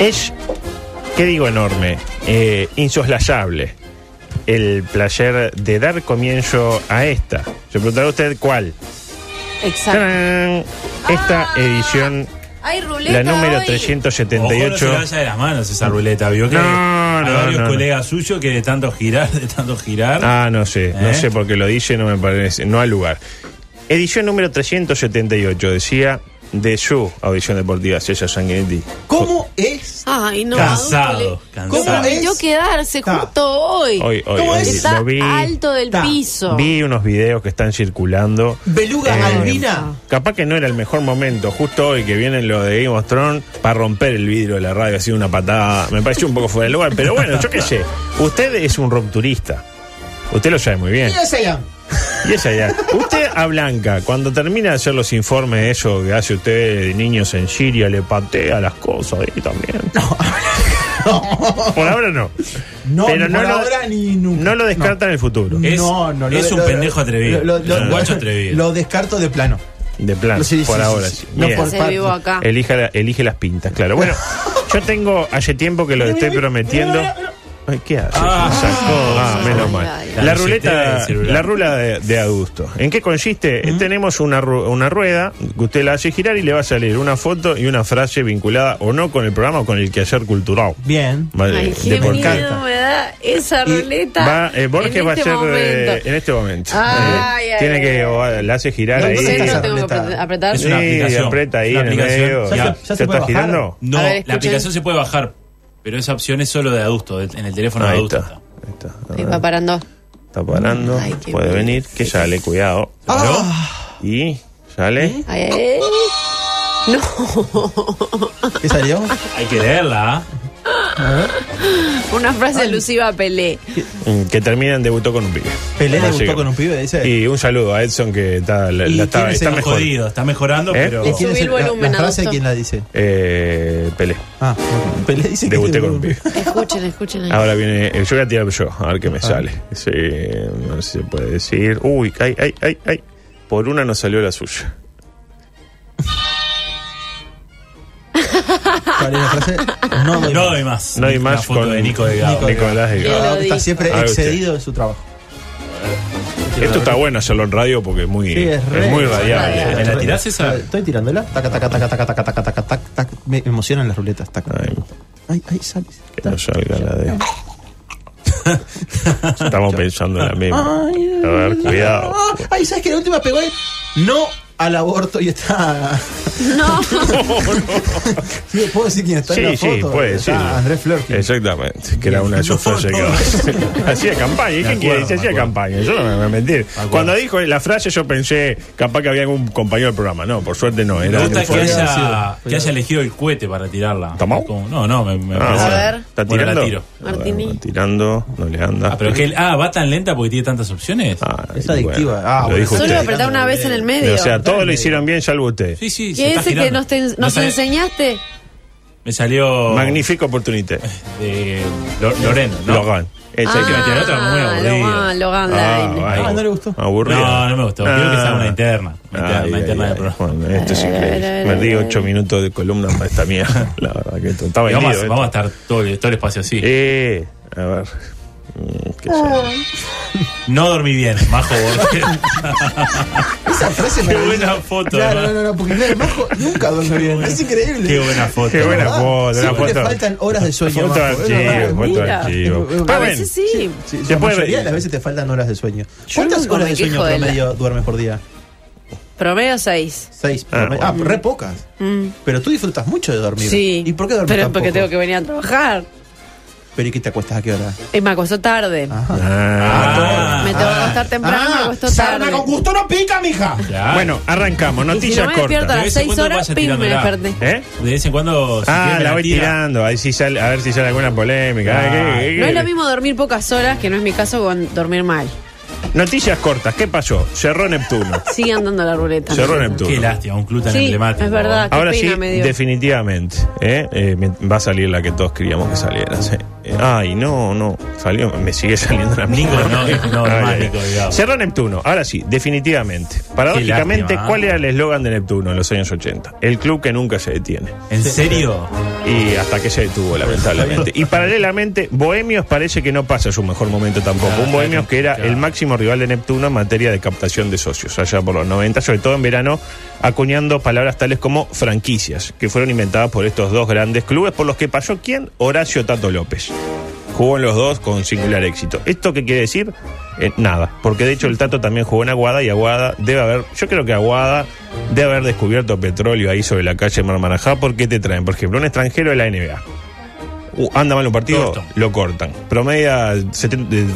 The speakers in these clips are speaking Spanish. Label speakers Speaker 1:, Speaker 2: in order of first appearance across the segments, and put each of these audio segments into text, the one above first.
Speaker 1: Es, ¿qué digo enorme? Eh, insoslayable el placer de dar comienzo a esta. Se preguntará usted cuál.
Speaker 2: Exacto.
Speaker 1: ¡Tarán! Esta
Speaker 2: Ah,
Speaker 1: edición,
Speaker 2: Hay ruleta
Speaker 1: la número
Speaker 2: hoy.
Speaker 3: Ojo, no se le
Speaker 1: 378.
Speaker 3: vaya de las manos esa ruleta, vio que
Speaker 1: No,
Speaker 3: hay
Speaker 1: no,
Speaker 3: varios
Speaker 1: no, no.
Speaker 3: colegas suyos que de tanto girar, de tanto girar.
Speaker 1: Ah, no sé, no
Speaker 3: ¿Eh?
Speaker 1: sé por qué lo dice, no me parece, no al lugar. Edición número 378, decía, de su audición deportiva, César Sanguinetti.
Speaker 4: ¿Cómo es?
Speaker 2: Ay, no.
Speaker 3: cansado,
Speaker 4: ¿Cómo
Speaker 3: cansado.
Speaker 4: es?
Speaker 2: Yo quedarse
Speaker 4: Está.
Speaker 2: justo hoy.
Speaker 1: Hoy, hoy,
Speaker 4: ¿Cómo
Speaker 1: hoy
Speaker 4: es?
Speaker 2: Está
Speaker 1: lo vi,
Speaker 2: alto del
Speaker 4: Ta.
Speaker 2: piso.
Speaker 1: vi unos videos que están circulando.
Speaker 4: ¿Beluga
Speaker 1: Eh,
Speaker 4: albina?
Speaker 1: Capaz que no era el mejor momento, justo hoy que viene lo de Game of Thrones, para romper el vidrio de la radio, así una patada. Me pareció un poco fuera de lugar, pero bueno, yo qué sé. Usted es un rupturista. Usted lo sabe muy bien.
Speaker 4: Mira ese ya.
Speaker 1: Y ella ya. Usted a Blanca, cuando termina de hacer los informes de eso que hace usted de niños en Siria, le patea las cosas ahí también. Por ahora no.
Speaker 4: No,
Speaker 1: Pero
Speaker 4: por
Speaker 1: lo-
Speaker 4: ahora ni nunca. Mm.
Speaker 1: No lo descarta en el futuro.
Speaker 3: Es-
Speaker 4: no, no, lo-
Speaker 3: es un
Speaker 4: lo-
Speaker 3: pendejo atrevido. Es un guacho atrevido.
Speaker 4: Lo descarto de plano.
Speaker 1: De plan,
Speaker 4: Sí, sí,
Speaker 1: por
Speaker 4: sí,
Speaker 1: ahora
Speaker 4: sí.
Speaker 1: sí.
Speaker 4: No,
Speaker 1: Bien.
Speaker 4: por
Speaker 2: Se
Speaker 4: parte.
Speaker 2: vivo acá.
Speaker 1: Elija la- elige las pintas, claro. Bueno, yo tengo hace tiempo que lo estoy prometiendo. Ay, ¿Qué hace?
Speaker 3: Ah.
Speaker 1: Sacó, ah, menos
Speaker 2: Ay,
Speaker 1: mal.
Speaker 2: ay,
Speaker 1: La,
Speaker 3: ay. La billetera
Speaker 1: ruleta,
Speaker 3: del celular.
Speaker 1: la rula de, de adusto. ¿En qué consiste? Eh, Tenemos una, ru- una rueda que usted la hace girar y le va a salir una foto y una frase vinculada o no con el programa o con el quehacer cultural.
Speaker 4: Bien.
Speaker 1: Vale,
Speaker 2: Ay, qué
Speaker 1: deportivo.
Speaker 2: miedo me da esa ruleta.
Speaker 1: eh, Va, eh, Borges
Speaker 2: en
Speaker 1: va
Speaker 2: este
Speaker 1: a ser
Speaker 2: momento.
Speaker 1: en este momento.
Speaker 2: Ay,
Speaker 1: Eh,
Speaker 2: ay,
Speaker 1: tiene
Speaker 2: ay,
Speaker 1: que o, la hace girar
Speaker 4: No,
Speaker 1: ahí.
Speaker 2: No sé,
Speaker 4: Sí,
Speaker 2: no tengo que
Speaker 4: apretada.
Speaker 2: apre- apretar.
Speaker 3: Es una
Speaker 1: Sí,
Speaker 3: aplicación.
Speaker 1: aprieta ahí
Speaker 3: Es una
Speaker 1: en el
Speaker 3: aplicación.
Speaker 1: medio.
Speaker 3: Ya-
Speaker 4: ya se puede
Speaker 1: ¿Se está
Speaker 4: bajar?
Speaker 1: girando?
Speaker 3: No,
Speaker 2: A ver, escuchen.
Speaker 3: la aplicación se puede bajar, pero esa opción es solo de adusto, de- en el teléfono de
Speaker 1: Ahí
Speaker 3: adusto.
Speaker 1: está. Ahí está. A
Speaker 2: Ahí
Speaker 1: ver,
Speaker 2: va parando.
Speaker 1: está parando.
Speaker 2: Ay, qué
Speaker 1: Puede
Speaker 2: miedo. Ah.
Speaker 1: venir. Que sale, cuidado. Y sale.
Speaker 2: Ay, ay. eh. No.
Speaker 4: ¿Qué salió?
Speaker 3: Hay que leerla. ¿ah?
Speaker 2: Una frase alusiva a Pelé.
Speaker 1: Mm, Que termina en debutó con un pibe.
Speaker 4: Pelé
Speaker 1: Así
Speaker 4: debutó
Speaker 1: que-
Speaker 4: con un pibe, dice.
Speaker 1: Y un saludo a Edson que está, Eh, la-
Speaker 4: Y
Speaker 1: la está,
Speaker 4: tiene ese
Speaker 1: está
Speaker 3: Está
Speaker 1: mejor.
Speaker 3: jodido, está mejorando,
Speaker 1: ¿Eh?
Speaker 3: pero.
Speaker 4: ¿Y quién
Speaker 2: Subí
Speaker 4: es
Speaker 2: el
Speaker 4: el- la,
Speaker 2: volumen,
Speaker 4: la frase
Speaker 2: Adolfo.
Speaker 4: quién la dice?
Speaker 1: Eh, Pelé.
Speaker 4: Ah, Pelé dice que
Speaker 1: Debuté
Speaker 4: debutó
Speaker 1: con un pibe.
Speaker 2: Escuchen, escuchen ahí.
Speaker 1: Ahora viene. eh, Yo voy a tirar yo, a ver qué me
Speaker 4: Ah.
Speaker 1: sale. Sí, no sé si se puede decir. Uy, ay, ay, ay, ay. Por una no salió la suya.
Speaker 4: ¿Cuál es la frase? No, doy
Speaker 3: No
Speaker 4: más.
Speaker 3: doy más.
Speaker 1: No hay
Speaker 3: Una
Speaker 1: más
Speaker 3: foto
Speaker 1: con
Speaker 3: de Nico de Gao.
Speaker 1: Nicolás de
Speaker 2: Nico.
Speaker 1: Gao.
Speaker 2: Él lo
Speaker 4: Está
Speaker 2: dijo.
Speaker 4: siempre
Speaker 1: Ah, usted.
Speaker 4: excedido de su trabajo.
Speaker 1: Esto está bueno hacerlo en radio porque es muy,
Speaker 4: Sí,
Speaker 1: es
Speaker 4: es re-
Speaker 1: muy radiable.
Speaker 3: ¿Me la tirás esa?
Speaker 4: Estoy tirándola. Taca, taca, taca, taca, taca, taca, taca, taca, taca. Me emocionan las ruletas. Taca.
Speaker 1: Ay,
Speaker 4: Ay, ay, sales.
Speaker 1: que no salga la de. Estamos pensando en la misma. A ver, cuidado.
Speaker 4: Ah, ay, ¿sabes que la última pegó ahí? No al aborto y está.
Speaker 2: No.
Speaker 4: Sí, ¿Puedo decir quién está en
Speaker 1: Sí,
Speaker 4: la
Speaker 1: sí,
Speaker 4: foto? Ah,
Speaker 1: puede
Speaker 4: Está
Speaker 1: ser.
Speaker 4: Andrés Florkin.
Speaker 1: Exactamente, que era una de sus
Speaker 3: No,
Speaker 1: frases
Speaker 3: no.
Speaker 1: que hacía campaña. ¿Y
Speaker 3: Me
Speaker 1: qué
Speaker 3: acuerdo,
Speaker 1: quiere decir?
Speaker 3: me
Speaker 1: Hacía
Speaker 3: acuerdo.
Speaker 1: campaña. Yo no me voy a mentir. Cuando dijo la frase, yo pensé, capaz que había algún compañero del programa. No, por suerte no. Era
Speaker 3: Me gusta que
Speaker 1: fue-
Speaker 3: haya, que haya elegido el cohete para tirarla.
Speaker 1: ¿Tomó?
Speaker 3: Como- No, no, me, me
Speaker 1: Ah,
Speaker 3: parece-
Speaker 1: bueno.
Speaker 2: ver.
Speaker 1: ¿Está
Speaker 3: Bueno, la
Speaker 1: tirando?
Speaker 3: tiro.
Speaker 2: Martini.
Speaker 1: Bueno, tirando, no le anda.
Speaker 3: Ah, pero que él- ah, va tan lenta porque tiene tantas opciones.
Speaker 1: Ah,
Speaker 4: Es
Speaker 1: y bueno,
Speaker 4: adictiva. Ah,
Speaker 1: lo
Speaker 4: bueno.
Speaker 1: dijo
Speaker 2: Solo
Speaker 1: usted.
Speaker 2: apretar una vez en el medio.
Speaker 1: O sea, todos lo hicieron bien, salvo usted.
Speaker 3: Sí, sí, se
Speaker 2: ¿Qué
Speaker 3: está
Speaker 2: ese que
Speaker 3: girando.
Speaker 2: nos, te-
Speaker 3: Me
Speaker 2: nos
Speaker 3: sale-
Speaker 2: enseñaste?
Speaker 3: Me salió.
Speaker 1: Magnífica oportunidad.
Speaker 3: De Lo- Loreno, ¿no?
Speaker 1: Logan. Ese
Speaker 3: que meter otra, muy
Speaker 2: Ah,
Speaker 3: aburrido.
Speaker 2: Logan, Logan
Speaker 1: Ah,
Speaker 2: Line.
Speaker 1: ay.
Speaker 4: Ah, no le gustó.
Speaker 1: Aburrido.
Speaker 3: No, no me gustó. Quiero que sea una interna. Una interna,
Speaker 1: Ah. Ay,
Speaker 3: una
Speaker 1: ay,
Speaker 3: interna
Speaker 1: ay.
Speaker 3: de programa.
Speaker 1: Bueno, este esto es
Speaker 2: A ver, a ver, a ver,
Speaker 1: increíble.
Speaker 2: a
Speaker 1: Perdí
Speaker 2: ver.
Speaker 1: ocho minutos de columna para esta mierda. La verdad que esto está
Speaker 3: Y Vamos, a-
Speaker 1: vendido.
Speaker 3: vamos a
Speaker 1: esto.
Speaker 3: estar todo el, todo el espacio así.
Speaker 1: Eh, a ver. Mm, qué sé.
Speaker 3: No dormí bien, Majo Borges.
Speaker 4: Esa frase me
Speaker 3: Qué
Speaker 4: la dice-
Speaker 3: buena foto,
Speaker 4: Claro,
Speaker 3: además.
Speaker 4: no, no, no, porque claro, Majo nunca duerme bien. Es increíble.
Speaker 3: Qué buena foto.
Speaker 1: Qué buena
Speaker 4: Ah,
Speaker 1: foto, una
Speaker 4: Siempre
Speaker 1: foto.
Speaker 4: le faltan horas de sueño.
Speaker 1: Foto
Speaker 4: Majo, es
Speaker 1: archivo,
Speaker 4: verdad.
Speaker 1: foto
Speaker 2: mira.
Speaker 1: archivo.
Speaker 4: Eh, eh,
Speaker 1: Está
Speaker 2: A
Speaker 1: bien.
Speaker 2: veces sí.
Speaker 4: Sí, la
Speaker 1: Después-
Speaker 4: mayoría de las veces te faltan horas de sueño.
Speaker 2: Yo
Speaker 4: ¿Cuántas
Speaker 2: nunca
Speaker 4: horas
Speaker 2: me
Speaker 4: de sueño
Speaker 2: quejo de la-
Speaker 4: promedio duermes por día?
Speaker 2: Promedio 6.
Speaker 4: Seis.
Speaker 1: Ah,
Speaker 4: promedio. Ah, re pocas. Pero tú disfrutas mucho de dormir.
Speaker 2: Mm. Sí.
Speaker 4: ¿Y por qué dormir
Speaker 2: Pero
Speaker 4: tan
Speaker 2: porque
Speaker 4: poco?
Speaker 2: tengo que venir a trabajar.
Speaker 4: pero ¿y qué te acuestas a qué hora?
Speaker 2: Y me acostó tarde.
Speaker 4: Ajá.
Speaker 1: Ah,
Speaker 2: Me tengo que acostar temprano,
Speaker 4: Ah.
Speaker 2: me acostó tarde.
Speaker 4: gusto no pica, mija.
Speaker 3: Claro.
Speaker 1: Bueno, arrancamos.
Speaker 2: Y si no
Speaker 1: Noticia
Speaker 2: me despierto a
Speaker 1: corta.
Speaker 3: De
Speaker 2: las
Speaker 3: vez en
Speaker 2: 6
Speaker 3: cuando
Speaker 2: horas,
Speaker 3: vaya
Speaker 2: pim, me
Speaker 3: tirándola.
Speaker 2: desperté.
Speaker 1: ¿Eh?
Speaker 3: De vez en cuando. si
Speaker 1: Ah,
Speaker 3: quiere
Speaker 1: la
Speaker 3: la
Speaker 1: voy
Speaker 3: tira.
Speaker 1: tirando. Ahí sí sale- a ver si sale alguna polémica.
Speaker 3: Ah.
Speaker 1: Ay, qué- qué-
Speaker 2: No es lo
Speaker 1: qué-
Speaker 2: mismo dormir pocas horas, que no es mi caso, con dormir mal.
Speaker 1: Noticias cortas. ¿Qué pasó? Cerró Neptuno.
Speaker 2: Sigue andando la ruleta.
Speaker 1: Cerró
Speaker 2: Entonces,
Speaker 1: Neptuno.
Speaker 3: Qué lástima, un club tan
Speaker 2: Sí,
Speaker 3: emblemático.
Speaker 2: es verdad. Ah, Qué
Speaker 1: Ahora
Speaker 2: pena
Speaker 1: sí,
Speaker 2: me dio.
Speaker 1: definitivamente. ¿eh? Eh, me- va a salir la que todos queríamos que saliera. sí. Eh, ay, no, no. Salió, me sigue saliendo la
Speaker 3: Nico,
Speaker 1: misma.
Speaker 3: no, no,
Speaker 1: Ay,
Speaker 3: más
Speaker 1: ay.
Speaker 3: Nico, digamos.
Speaker 1: Cerró Neptuno. Ahora sí, definitivamente. Paradójicamente,
Speaker 3: lástima, ¿eh?
Speaker 1: ¿cuál era el eslogan de Neptuno en los años 80? El club que nunca se detiene.
Speaker 3: ¿En serio?
Speaker 1: Y hasta que se detuvo, lamentablemente. Y paralelamente, Bohemios parece que no pasa su mejor momento tampoco.
Speaker 3: Claro,
Speaker 1: Un Bohemios que era
Speaker 3: claro.
Speaker 1: el máximo rival de Neptuno en materia de captación de socios, allá por los 90, sobre todo en verano, acuñando palabras tales como franquicias, que fueron inventadas por estos dos grandes clubes, por los que pasó quién? Horacio Tato López. Jugó en los dos con singular éxito. ¿Esto qué quiere decir? Eh, nada, porque de hecho el Tato también jugó en Aguada y Aguada debe haber, yo creo que Aguada debe haber descubierto petróleo ahí sobre la calle Marmarajá. ¿Por qué te traen? Por ejemplo, un extranjero de la NBA. Uh, anda mal un partido,
Speaker 3: Corto.
Speaker 1: lo cortan. Promedia 70, eh,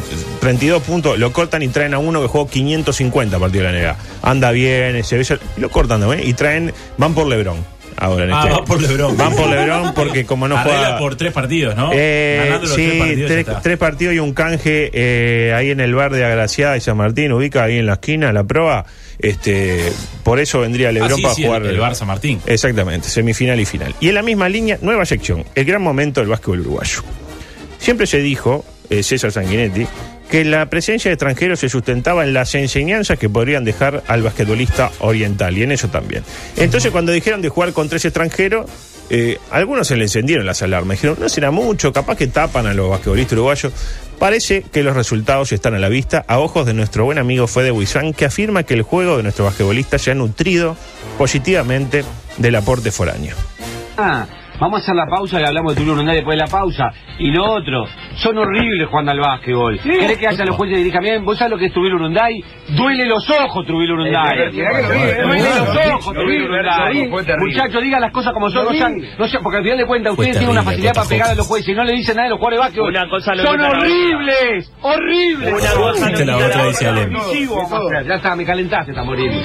Speaker 1: 32 puntos, lo cortan y traen a uno que jugó 550 partidos de la NBA. Anda bien, ese beso, y lo cortan también. ¿eh? Y traen, van por Lebron. Ahora en
Speaker 3: Ah,
Speaker 1: este-
Speaker 3: van por LeBron.
Speaker 1: Van por Lebron porque como no
Speaker 3: Arregla
Speaker 1: juega.
Speaker 3: por tres partidos, ¿no?
Speaker 1: Eh,
Speaker 3: Ganando los
Speaker 1: sí,
Speaker 3: tres partidos. ya
Speaker 1: tres,
Speaker 3: está.
Speaker 1: tres partidos y un canje eh, ahí en el bar de Agraciada y San Martín, ubica ahí en la esquina, la proa. Este, por eso vendría Lebron
Speaker 3: Ah, sí,
Speaker 1: para
Speaker 3: sí, el-
Speaker 1: jugar
Speaker 3: el Barça Martín.
Speaker 1: Exactamente, semifinal y final. Y en la misma línea, nueva sección, el gran momento del básquetbol uruguayo. Siempre se dijo, eh, César Sanguinetti, que la presencia de extranjeros se sustentaba en las enseñanzas que podrían dejar al basquetbolista oriental, y en eso también. Entonces, cuando dijeron de jugar con tres extranjeros, eh, algunos se le encendieron las alarmas. Dijeron, no será mucho, capaz que tapan a los basquetbolistas uruguayos. Parece que los resultados están a la vista, a ojos de nuestro buen amigo Fede Buizán, que afirma que el juego de nuestro basquetbolista se ha nutrido positivamente del aporte foráneo.
Speaker 5: Ah, vamos a hacer la pausa y hablamos de Tulum, andá después de la pausa. Y lo otro, son horribles jugando al básquetbol. ¿Querés que haya los jueces y digan bien? ¿Vos sabés lo que es Tubil Urunday? Duele los ojos, Tubil Urunday. Duele los ojos, Tubil Urunday. Muchachos, digan las cosas como son. No sean, no sean- porque al final de cuentas
Speaker 3: Fue
Speaker 5: ustedes tienen una
Speaker 3: terrible,
Speaker 5: facilidad para
Speaker 3: Cotajox.
Speaker 5: pegar a los jueces y no le dicen nada a los jugadores de básquetbol. ¡Son horribles! ¡Horribles!
Speaker 3: Una cosa no quita la otra, dice Alem.
Speaker 5: Ya está, me calentaste, Tamorini.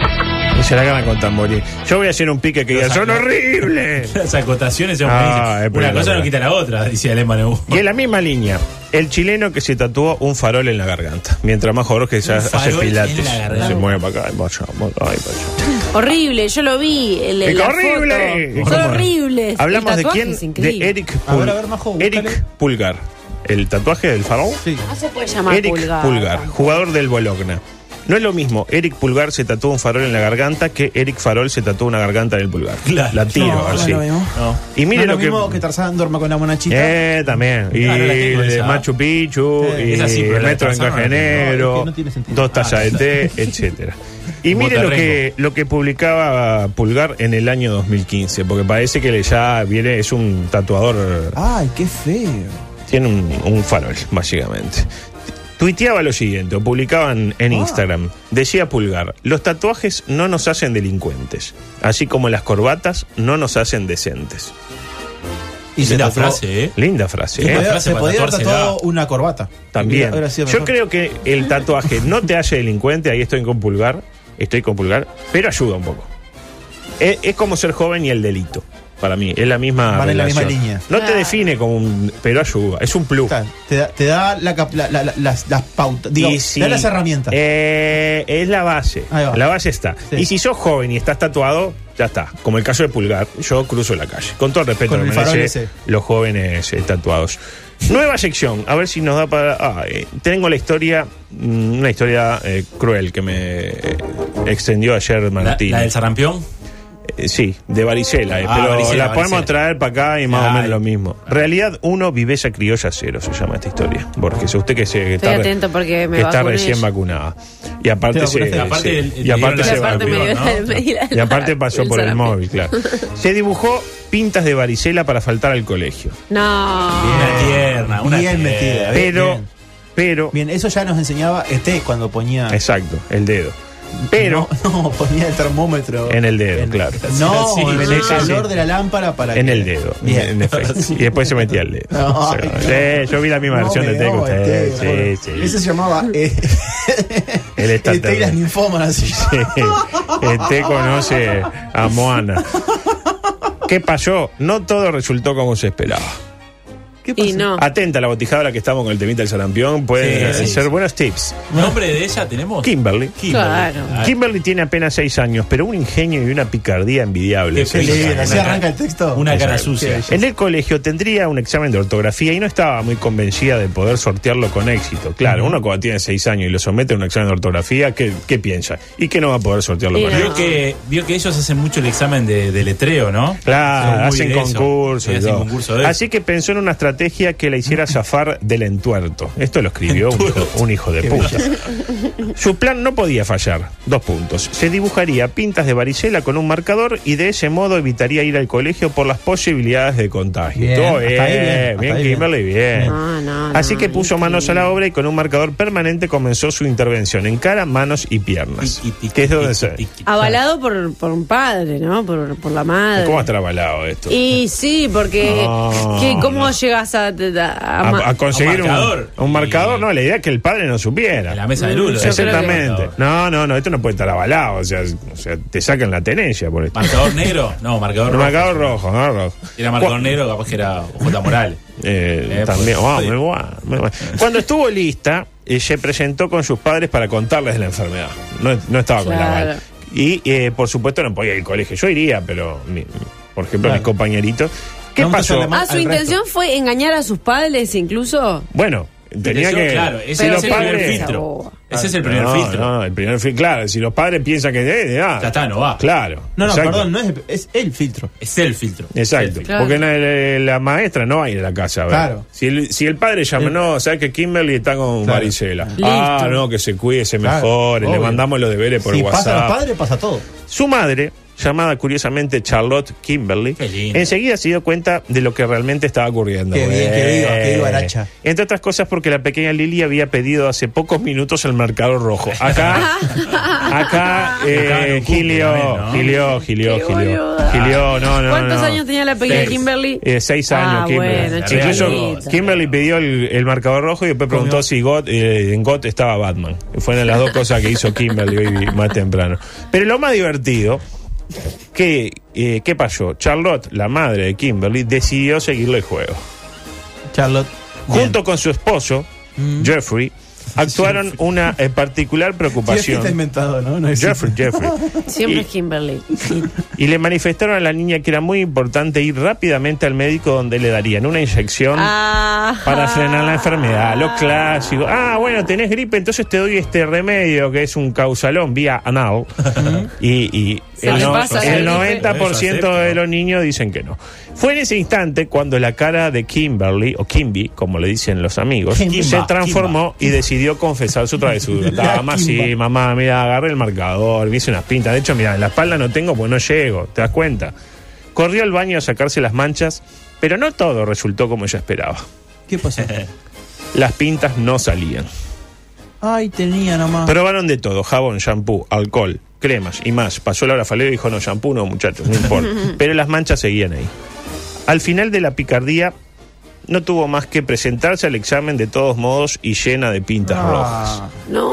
Speaker 1: Y se la gana con tamborí. Yo voy a hacer un pique que diga, son horribles.
Speaker 3: Las acotaciones son
Speaker 1: Ah,
Speaker 3: buenísimas.
Speaker 1: es
Speaker 3: Una
Speaker 1: verdad,
Speaker 3: cosa no
Speaker 1: verdad.
Speaker 3: quita la otra, dice Alem Maneu.
Speaker 1: Y en la misma línea, el chileno que se tatuó un farol en la garganta. Mientras más que se
Speaker 3: Un
Speaker 1: hace
Speaker 3: farol en la
Speaker 1: pilates.
Speaker 3: garganta.
Speaker 1: Se mueve para acá, y para allá, para acá, y para allá.
Speaker 2: Horrible, yo lo vi. el-
Speaker 1: ¡Qué
Speaker 2: la
Speaker 1: horrible!
Speaker 2: foto. Son
Speaker 1: ¿Cómo?
Speaker 2: horribles.
Speaker 1: Hablamos
Speaker 2: El
Speaker 1: de
Speaker 2: tatuaje
Speaker 1: quién?
Speaker 2: es
Speaker 1: De
Speaker 2: increíble.
Speaker 1: Eric,
Speaker 4: A ver,
Speaker 1: Pul-
Speaker 4: a ver, Majo,
Speaker 1: Eric
Speaker 4: búscale.
Speaker 1: Pulgar. ¿El tatuaje del farol?
Speaker 4: Sí.
Speaker 2: No se puede llamar
Speaker 1: Eric
Speaker 2: pulgar.
Speaker 1: Pulgar, jugador del Bologna. No es lo mismo, Eric Pulgar se tatuó un farol en la garganta que Eric Farol se tatuó una garganta en el pulgar.
Speaker 3: Claro.
Speaker 1: La tiro,
Speaker 4: No, no es
Speaker 1: así.
Speaker 4: lo mismo.
Speaker 3: No.
Speaker 1: Y mire
Speaker 4: no es
Speaker 1: lo,
Speaker 4: lo mismo que,
Speaker 1: que
Speaker 4: Tarzán duerma con la monachita.
Speaker 1: Eh, también. Y
Speaker 3: Ah, no la tengo
Speaker 1: de
Speaker 3: esa.
Speaker 1: Machu Picchu,
Speaker 4: Sí.
Speaker 1: y
Speaker 3: Esa sí, pero la de
Speaker 1: Metro en
Speaker 3: Tarzán no la
Speaker 1: Caja de
Speaker 3: tengo.
Speaker 1: Negro,
Speaker 4: No, es que no tiene sentido.
Speaker 1: dos tazas
Speaker 3: Ah,
Speaker 1: de té, etcétera. Y mire lo
Speaker 3: Botarrengo.
Speaker 1: que, lo que publicaba Pulgar en el año 2015, porque parece que le ya viene, es un tatuador,
Speaker 4: Ay, qué feo.
Speaker 1: tiene un, un farol, básicamente. Tuiteaba lo siguiente, o publicaban
Speaker 3: Ah.
Speaker 1: en Instagram. Decía Pulgar, los tatuajes no nos hacen delincuentes, así como las corbatas no nos hacen decentes.
Speaker 4: Y se
Speaker 3: Linda
Speaker 4: tatuó-
Speaker 3: frase, ¿eh?
Speaker 1: Linda frase,
Speaker 4: Se
Speaker 1: ¿eh?
Speaker 4: podía-
Speaker 3: frase
Speaker 4: se
Speaker 3: para
Speaker 4: podía haber
Speaker 3: tatuársela.
Speaker 4: tatuado una corbata.
Speaker 1: También.
Speaker 4: Hubiera sido
Speaker 1: Yo
Speaker 4: mejor.
Speaker 1: creo que el tatuaje no te hace delincuente, ahí estoy con pulgar, estoy con pulgar, pero ayuda un poco. Es, es como ser joven y el delito, para mí, es la misma,
Speaker 4: Van en la
Speaker 1: relación.
Speaker 4: misma línea.
Speaker 1: No te
Speaker 2: Claro.
Speaker 1: define como un, pero ayuda, es un plus.
Speaker 4: Claro, te da, te da la cap- la- la- la- las, las pautas, digo,
Speaker 1: Y
Speaker 4: te
Speaker 1: si-
Speaker 4: da las herramientas.
Speaker 1: Eh, es la base.
Speaker 4: Ahí va.
Speaker 1: La base está.
Speaker 4: Sí.
Speaker 1: Y si sos joven y estás tatuado, ya está. Como el caso de Pulgar, yo cruzo la calle. Con todo el respeto,
Speaker 4: Con
Speaker 1: que
Speaker 4: el
Speaker 1: merece
Speaker 4: farol ese.
Speaker 1: los jóvenes eh, tatuados. Nueva sección, a ver si nos da para. ah, eh, tengo la historia, mm, una historia eh, cruel que me eh, extendió ayer
Speaker 3: La,
Speaker 1: Martín.
Speaker 3: la del sarampión.
Speaker 1: Eh, sí, de varicela, eh,
Speaker 3: Ah,
Speaker 1: pero
Speaker 3: varicela,
Speaker 1: la
Speaker 3: varicela.
Speaker 1: podemos traer para acá y más o
Speaker 3: Ay.
Speaker 1: menos lo mismo. Realidad 1, viveza criolla 0 se llama esta historia. Porque si usted que se que
Speaker 2: Estoy
Speaker 1: re-
Speaker 2: atento porque me
Speaker 1: que está
Speaker 2: vacuné
Speaker 1: recién
Speaker 2: yo.
Speaker 1: vacunada. Y aparte
Speaker 4: Te
Speaker 1: se,
Speaker 4: vacunaste.
Speaker 1: sí,
Speaker 3: Aparte el-
Speaker 1: y
Speaker 3: el-
Speaker 1: aparte
Speaker 3: dieron
Speaker 1: se
Speaker 2: Y aparte me
Speaker 1: vacunó.
Speaker 2: dio
Speaker 3: ¿no?
Speaker 2: la- me dio la-
Speaker 1: Y aparte pasó por el
Speaker 2: sarampión.
Speaker 1: móvil, claro. Se dibujó pintas de varicela para faltar al colegio.
Speaker 2: No.
Speaker 3: Una tierna, una
Speaker 4: Bien
Speaker 3: tierna.
Speaker 4: metida. Bien,
Speaker 1: Pero,
Speaker 4: bien.
Speaker 1: pero,
Speaker 4: Bien, eso ya nos enseñaba ET E cuando ponía.
Speaker 1: exacto, el dedo. Pero
Speaker 4: No, ponía el termómetro.
Speaker 1: en el dedo, claro.
Speaker 4: No,
Speaker 3: Sí,
Speaker 4: en
Speaker 3: sí,
Speaker 4: el
Speaker 3: sí.
Speaker 4: calor de la lámpara para.
Speaker 1: En
Speaker 4: que-
Speaker 1: el dedo,
Speaker 4: Bien.
Speaker 1: en efecto. Y después se metía el dedo.
Speaker 4: No,
Speaker 1: Sí,
Speaker 4: ay,
Speaker 1: yo vi la misma versión
Speaker 4: No
Speaker 1: de
Speaker 4: me
Speaker 1: Teco.
Speaker 4: jodas,
Speaker 1: usted,
Speaker 4: Tego, bueno.
Speaker 1: sí,
Speaker 4: Ese
Speaker 1: sí.
Speaker 4: se llamaba. eh,
Speaker 1: El
Speaker 4: el Teiras
Speaker 1: estante.
Speaker 4: Ninfómanas. se llama.
Speaker 1: El Te conoce a Moana. ¿Qué pasó? No todo resultó como se esperaba.
Speaker 4: ¿Qué pasó?
Speaker 2: Y no.
Speaker 1: Atenta a la botijadora que estamos con el temita del sarampión. Pueden
Speaker 3: Sí, sí,
Speaker 1: ser
Speaker 3: sí.
Speaker 1: buenos tips.
Speaker 3: ¿Nombre de ella tenemos?
Speaker 1: Kimberly.
Speaker 3: Kimberly.
Speaker 2: Claro.
Speaker 3: Ah,
Speaker 1: Kimberly tiene apenas seis años, pero un ingenio y una picardía envidiable.
Speaker 3: Qué
Speaker 1: Sí,
Speaker 4: Qué
Speaker 3: feliz.
Speaker 1: sí.
Speaker 4: lindo, así arranca el texto.
Speaker 3: Una cara
Speaker 4: Exacto.
Speaker 3: sucia.
Speaker 1: En el colegio tendría un examen de ortografía y no estaba muy convencida de poder sortearlo con éxito. Claro, uno cuando tiene seis años y lo somete a un examen de ortografía, ¿qué, qué piensa? Y que no va a poder sortearlo
Speaker 2: Y
Speaker 1: con
Speaker 2: no.
Speaker 1: éxito.
Speaker 3: Vio que, vio que ellos hacen mucho el examen de, de letreo, ¿no? Son
Speaker 1: Claro,
Speaker 3: muy
Speaker 1: hacen
Speaker 3: de eso.
Speaker 1: concursos.
Speaker 3: Sí,
Speaker 1: y
Speaker 3: hacen
Speaker 1: todo.
Speaker 3: concurso de eso.
Speaker 1: Así que pensó en una estrategia que la hiciera zafar del entuerto. Esto lo escribió un hijo, un hijo de puta. Su plan no podía fallar. Dos puntos. Se dibujaría pintas de varicela con un marcador y de ese modo evitaría ir al colegio por las posibilidades de contagio.
Speaker 4: Bien,
Speaker 1: Todo
Speaker 4: hasta
Speaker 1: bien,
Speaker 4: ahí bien,
Speaker 1: bien,
Speaker 4: hasta ahí bien.
Speaker 1: Kimberly, bien.
Speaker 2: No, no,
Speaker 1: Así
Speaker 2: no,
Speaker 1: que puso manos a la obra y con un marcador permanente comenzó su intervención en cara, manos y piernas.
Speaker 3: Tiqui, tiqui,
Speaker 1: Que es donde
Speaker 3: tiqui,
Speaker 1: se...
Speaker 3: tiqui.
Speaker 2: Avalado por, por un padre, ¿no? Por, por la madre.
Speaker 1: ¿Cómo ha trabalado esto?
Speaker 2: Y sí, porque
Speaker 1: No,
Speaker 2: que ¿cómo llegas a, a- a-
Speaker 1: a, a conseguir
Speaker 3: a
Speaker 1: un
Speaker 3: un marcador.
Speaker 1: Un, marcador,
Speaker 3: Y-
Speaker 1: no, la idea es que el padre no supiera.
Speaker 3: En la mesa de
Speaker 2: Yo
Speaker 3: Lulo.
Speaker 2: creo que-
Speaker 1: Exactamente. No, no, no, esto no puede estar avalado. O sea, o sea, te sacan la tenencia por esto.
Speaker 3: ¿Marcador negro? No, marcador
Speaker 1: El
Speaker 3: rojo.
Speaker 1: marcador rojo, ¿no? Rojo.
Speaker 3: Era marcador
Speaker 1: Cu-
Speaker 3: negro, capaz que era J. Morales.
Speaker 1: Eh,
Speaker 3: Eh,
Speaker 1: también,
Speaker 3: pues,
Speaker 1: wow,
Speaker 3: sí.
Speaker 1: muy guau, muy guau. Cuando estuvo lista, eh, se presentó con sus padres para contarles de la enfermedad. No, no estaba con la
Speaker 2: Claro.
Speaker 1: bala. Y eh, por supuesto no podía ir al colegio. Yo iría, pero mi- por ejemplo,
Speaker 4: Claro.
Speaker 1: mis compañeritos. ¿Qué
Speaker 4: Vamos a
Speaker 1: pasó?
Speaker 4: hacerle más-
Speaker 2: Ah, su
Speaker 4: al resto.
Speaker 2: intención fue engañar a sus padres incluso.
Speaker 1: Bueno, tenía
Speaker 3: Yo,
Speaker 1: que.
Speaker 3: Claro,
Speaker 1: si
Speaker 3: ese
Speaker 1: los
Speaker 2: Pero
Speaker 3: es el
Speaker 2: sí,
Speaker 3: primer
Speaker 1: padres-
Speaker 2: esa
Speaker 3: filtro.
Speaker 2: boba.
Speaker 3: Ese es el primer
Speaker 1: Ah, no,
Speaker 3: filtro.
Speaker 1: No, el primer filtro, claro. Si los padres piensan que. eh, eh, ah,
Speaker 3: Ya está, no va.
Speaker 1: Claro.
Speaker 4: No, no,
Speaker 1: exacto.
Speaker 4: perdón, no es el, es el filtro.
Speaker 3: Es el filtro.
Speaker 1: Exacto,
Speaker 2: Claro.
Speaker 1: porque na- la, la maestra no va a ir a la casa. a ver.
Speaker 4: Claro.
Speaker 1: Si el, si el padre llama, no, sabe que Kimberly está con
Speaker 4: Eh. Claro.
Speaker 1: varicela.
Speaker 2: Listo.
Speaker 1: Ah, no, que se cuide, se
Speaker 4: Claro,
Speaker 1: mejore, le
Speaker 4: obvio.
Speaker 1: mandamos los deberes por
Speaker 4: si pasa a
Speaker 1: WhatsApp.
Speaker 4: los padres, pasa todo.
Speaker 1: Su madre, llamada curiosamente Charlotte Kimberly,
Speaker 3: Qué lindo.
Speaker 1: enseguida se dio cuenta de lo que realmente estaba ocurriendo.
Speaker 4: Qué bien, qué viva, qué viva Aracha.
Speaker 1: Entre otras cosas porque la pequeña Lili había pedido hace pocos minutos el mercado rojo. Acá, acá,
Speaker 3: Acá
Speaker 1: eh,
Speaker 3: no cumple,
Speaker 1: Gilio,
Speaker 3: ¿no?
Speaker 1: Gilio, Gilio,
Speaker 2: Qué
Speaker 1: Gilio,
Speaker 2: boluda.
Speaker 1: Gilio, no, no,
Speaker 2: ¿Cuántos
Speaker 1: no.
Speaker 2: años tenía la pequeña
Speaker 1: Seis.
Speaker 2: Kimberly?
Speaker 1: Eh, seis
Speaker 2: Ah,
Speaker 1: años, Kimberly.
Speaker 2: bueno,
Speaker 1: Incluso
Speaker 2: chiquitita.
Speaker 1: Kimberly pidió el, el marcador rojo y después preguntó si Got, eh, en Got estaba Batman. Fueron las dos cosas que hizo Kimberly hoy más temprano. Pero lo más divertido, que, eh, ¿qué pasó? Charlotte, la madre de Kimberly, decidió seguirle el juego.
Speaker 4: Charlotte.
Speaker 1: Junto con su esposo, Jeffrey, actuaron una eh, particular
Speaker 4: Bien. Sí, es este. que este está
Speaker 1: preocupación.
Speaker 4: inventado, ¿no? No existe.
Speaker 1: Jeffrey, Jeffrey.
Speaker 2: Siempre
Speaker 1: Y-
Speaker 2: es Kimberly.
Speaker 1: Y le manifestaron a la niña que era muy importante ir rápidamente al médico donde le darían una inyección
Speaker 2: Ah.
Speaker 1: para frenar la enfermedad, lo clásico. Ah, bueno, tenés gripe, entonces te doy este remedio que es un causalón vía anal. y y
Speaker 2: Se
Speaker 1: el,
Speaker 2: le
Speaker 1: no-
Speaker 2: pasa la
Speaker 1: el
Speaker 2: gripe.
Speaker 1: 90% de los niños dicen que no. Fue en ese instante cuando la cara de Kimberly, o Kimby, como le dicen los amigos,
Speaker 4: Kimba,
Speaker 1: se transformó y decidió confesar su travesura.
Speaker 4: La
Speaker 1: Estaba más
Speaker 4: Kimba.
Speaker 1: sí, mamá, mira, agarré el marcador, me hice unas pintas. De hecho, mira, en la espalda no tengo porque no llego, ¿te das cuenta? Corrió al baño a sacarse las manchas, pero no todo resultó como ella esperaba
Speaker 4: ¿Qué pasó?
Speaker 1: las pintas no salían.
Speaker 4: Ay, tenía nomás.
Speaker 1: Probaron de todo, jabón, shampoo, alcohol, cremas y más. Pasó la hora falero y dijo, no, shampoo no, muchachos, no importa. Pero las manchas seguían ahí. Al final de la picardía, no tuvo más que presentarse al examen de todos modos y llena de pintas rojas.
Speaker 4: Ah,
Speaker 2: No.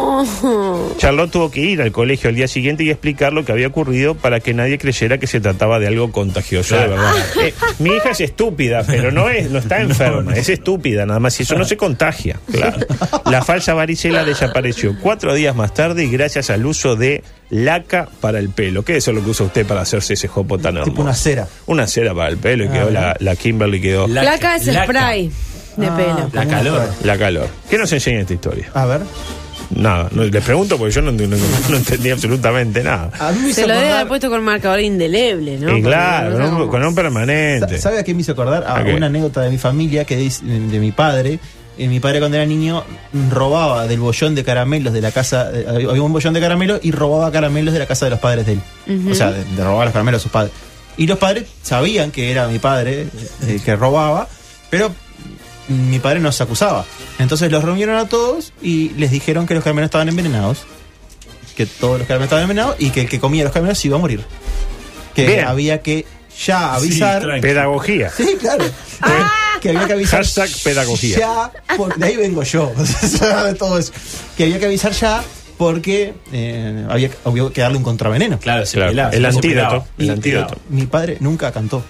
Speaker 1: Charlotte tuvo que ir al colegio al día siguiente y explicar lo que había ocurrido para que nadie creyera que se trataba de algo contagioso, de verdad. Eh, mi hija es estúpida, pero no es, no está enferma, es estúpida nada más. Y eso no se contagia, claro. La falsa varicela desapareció cuatro días más tarde y gracias al uso de laca para el pelo. ¿Qué es eso lo que usa usted para hacerse ese jopo tan hermoso?
Speaker 4: tipo una cera.
Speaker 1: Una cera para el pelo y quedó la, la Kimberly quedó la,
Speaker 2: Placa es spray de
Speaker 4: Ah,
Speaker 2: pelo.
Speaker 3: La calor.
Speaker 1: calor. ¿Qué nos enseña esta historia?
Speaker 4: A ver.
Speaker 1: Nada, no, les pregunto porque yo no, no- no entendí absolutamente nada.
Speaker 4: A mí me hizo
Speaker 2: Se lo debe
Speaker 4: acordar-
Speaker 2: haber puesto con marcador indeleble, ¿no?
Speaker 1: Y claro,
Speaker 2: Porque
Speaker 1: con
Speaker 2: no
Speaker 1: un, con un permanente.
Speaker 4: Sa- ¿Sabe a qué me hizo acordar? A
Speaker 1: ¿A qué?
Speaker 4: una anécdota de mi familia que dice, de mi padre. Eh, mi padre cuando era niño robaba del bollón de caramelos de la casa, eh, había un bollón de caramelos y robaba caramelos de la casa de los padres de él. O sea, de, de robar los caramelos a sus padres. Y los padres sabían que era mi padre eh, el que robaba, pero mi padre nos acusaba. Entonces los reunieron a todos y les dijeron que los caramelos estaban envenenados. que todos los caramelos estaban envenenados y que el que comía los caramelos se iba a morir. Que
Speaker 1: Bien.
Speaker 4: había que ya
Speaker 3: Sí,
Speaker 4: avisar.
Speaker 3: tranqui.
Speaker 1: Pedagogía.
Speaker 4: Sí, claro. Eh, Que- que había que avisar.
Speaker 1: Ah. Hashtag pedagogía.
Speaker 4: Ya, por- de ahí vengo yo. de todo eso. Que había que avisar ya porque eh, había, había que darle un contraveneno.
Speaker 3: Claro, se
Speaker 1: Claro,
Speaker 3: pelaba,
Speaker 1: el
Speaker 3: se
Speaker 1: antídoto.
Speaker 3: pelaba.
Speaker 1: el
Speaker 4: Y-
Speaker 1: antídoto.
Speaker 4: Mi padre nunca cantó.